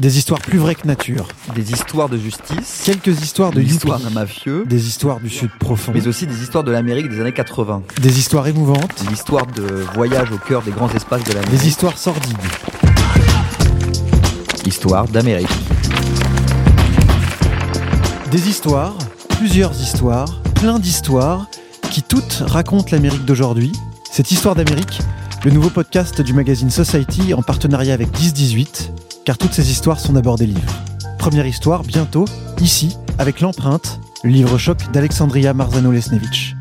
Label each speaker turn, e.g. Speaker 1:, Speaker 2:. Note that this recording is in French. Speaker 1: Des histoires plus vraies que nature.
Speaker 2: Des histoires de justice.
Speaker 1: Quelques histoires de
Speaker 2: l'histoire d'un
Speaker 1: youpi.
Speaker 2: mafieux.
Speaker 1: Des histoires du sud profond.
Speaker 2: Mais aussi des histoires de l'Amérique des années 80.
Speaker 1: Des histoires émouvantes.
Speaker 2: Des histoires de voyage au cœur des grands espaces de l'Amérique.
Speaker 1: Des histoires sordides.
Speaker 2: Histoire d'Amérique.
Speaker 1: Des histoires, plusieurs histoires, plein d'histoires, qui toutes racontent l'Amérique d'aujourd'hui. Cette histoire d'Amérique, le nouveau podcast du magazine Society en partenariat avec 1018, car toutes ces histoires sont d'abord des livres. Première histoire, bientôt, ici, avec l'empreinte, le livre choc d'Alexandria Marzano-Lesnevich.